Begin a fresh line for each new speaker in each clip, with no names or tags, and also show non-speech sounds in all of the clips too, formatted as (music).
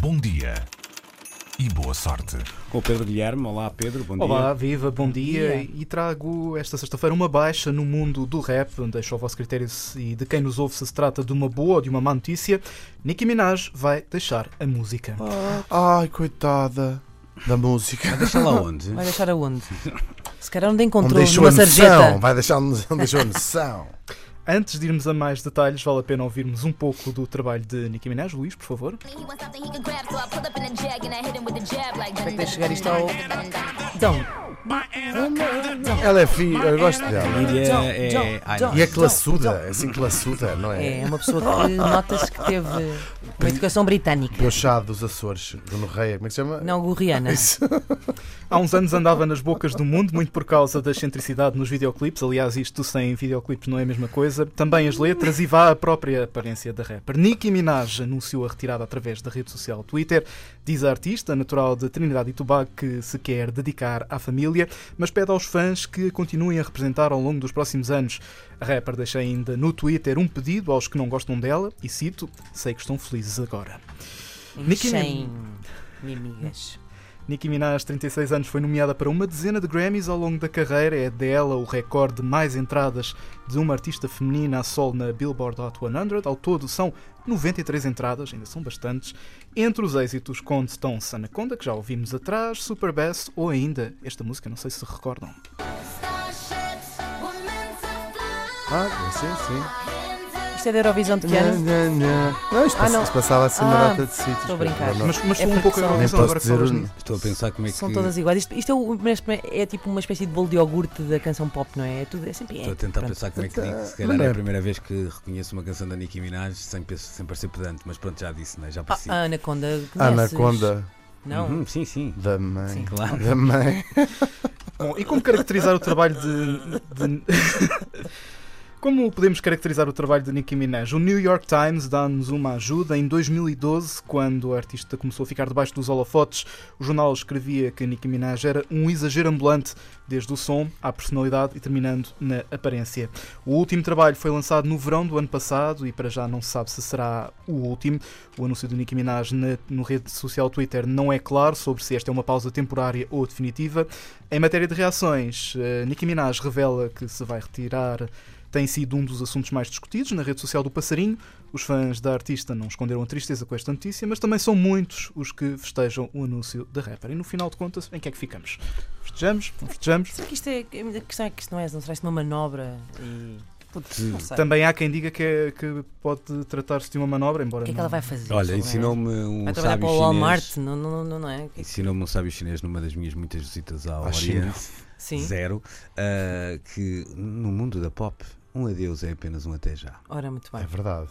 bom dia e boa sorte.
Com o Pedro Guilherme. Olá, Pedro. Bom
Olá,
dia.
viva, bom dia.
dia.
E trago esta sexta-feira uma baixa no mundo do rap. Deixo ao vosso critério se- e de quem nos ouve se se trata de uma boa ou de uma má notícia. Nicki Minaj vai deixar a música.
Ai, coitada da música.
Deixa lá
(laughs)
onde?
Vai deixar aonde? Se calhar onde
Não
encontrou
deixou
numa
a noção.
sarjeta.
Vai deixar, não deixou a noção.
Antes de irmos a mais detalhes, vale a pena ouvirmos um pouco do trabalho de Nicki Minaj. Luís, por favor.
He wants something he can grab, so I pull up in a jag and I hit him with a jab like
Como é que vais chegar isto ao. Dão.
Ela é fia, eu gosto dela.
Ilha
John,
é-
John,
Ai,
John.
não.
E é classuda, é assim classuda, não
É,
é?
é uma pessoa que nota-se que teve uma educação britânica.
Meu chá dos Açores, do Norreia, como é que se chama?
Não gorriana.
Há uns anos andava nas bocas do mundo, muito por causa da excentricidade nos videoclipes. Aliás, isto sem videoclipes não é a mesma coisa. Também as letras e vá a própria aparência da rapper. Nicki Minaj anunciou a retirada através da rede social Twitter. Diz a artista, natural de Trinidade e Tobago, que se quer dedicar à família, mas pede aos fãs que a continuem a representar ao longo dos próximos anos. A rapper deixa ainda no Twitter um pedido aos que não gostam dela, e cito, sei que estão felizes agora. Nicki
Sem mimigas.
Nicki Minaj, 36 anos, foi nomeada para uma dezena de Grammys ao longo da carreira. É dela o recorde de mais entradas de uma artista feminina a sol na Billboard Hot 100. Ao todo são 93 entradas, ainda são bastantes. Entre os êxitos conde estão Sanaconda, que já ouvimos atrás, Super Bass ou ainda esta música, não sei se recordam.
Ah, sim, sim.
Isto é da Eurovisão de que ano?
Nha, nha, nha. Não, isto
Ah, não.
passa- se passava assim
Ah,
uma data de sítios.
estou a brincar.
Não,
Mas, mas
É
sou um
porque
pouco
são-
a
Nem
Eurovisão,
posso
agora que
dizer
falas
o.
nisso.
Estou a pensar como é que.
São todas iguais. Isto, isto é, o- é tipo uma espécie de bolo de iogurte da canção pop, não é? É tudo, é sempre.
Estou a tentar pensar como é que digo. Se calhar é a primeira vez que reconheço uma canção da Nicki Minaj sem, pe- sem parecer pedante, mas pronto, já disse, né? já
Ah,
parecia.
a Anaconda. conheces?
Anaconda
Não.
Uhum, sim, sim.
da mãe.
Sim.
Claro.
Da mãe.
Bom, e como caracterizar o trabalho de. (laughs) de- Como podemos caracterizar o trabalho de Nicki Minaj? O New York Times dá-nos uma ajuda. Em 2012, quando a artista começou a ficar debaixo dos holofotes, o jornal escrevia que Nicki Minaj era um exagero ambulante, desde o som à personalidade e terminando na aparência. O último trabalho foi lançado no verão do ano passado e para já não se sabe se será o último. O anúncio de Nicki Minaj na, no rede social Twitter não é claro sobre se esta é uma pausa temporária ou definitiva. Em matéria de reações, eh, Nicki Minaj revela que se vai retirar tem sido um dos assuntos mais discutidos na rede social do Passarinho. Os fãs da artista não esconderam a tristeza com esta notícia, mas também são muitos os que festejam o anúncio da rapper. E no final de contas, em que é que ficamos? Festejamos? Não festejamos?
Será que isto é. A questão é que isto não é. Não será isto uma manobra? E... Putz, não sei.
Também há quem diga que, é- que pode tratar-se de uma manobra, embora
O que é que
não-
ela vai fazer?
Olha,
Não é?
ensinou-me um
Vai trabalhar
sábio
para o Walmart?
chinês.
Não, não, não, não é?
Ensinou-me um sábio chinês numa das minhas muitas visitas ao
À China.
Oriente.
Sim.
Zero. ah, que no mundo da pop, um adeus é apenas um até já.
Ora, muito
É
bem.
verdade.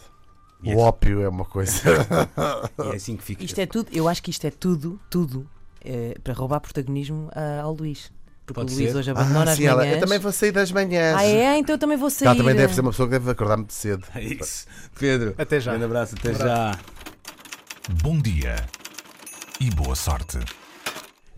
E
O ópio é uma coisa.
é, e é assim que fica.
Isto é tudo, eu acho que isto é tudo, tudo, eh, para roubar protagonismo ah, ao Luís. Porque
Pode
o Luís
ser.
hoje abandona
Ah,
as
sim, ela.
manhãs.
Eu também vou sair das manhãs.
Ah, é? Então eu também vou sair.
Ela também deve ser uma pessoa que deve acordar muito cedo.
(laughs) É isso. Pedro,
Até já.
grande abraço, até já.
Bom dia e boa sorte.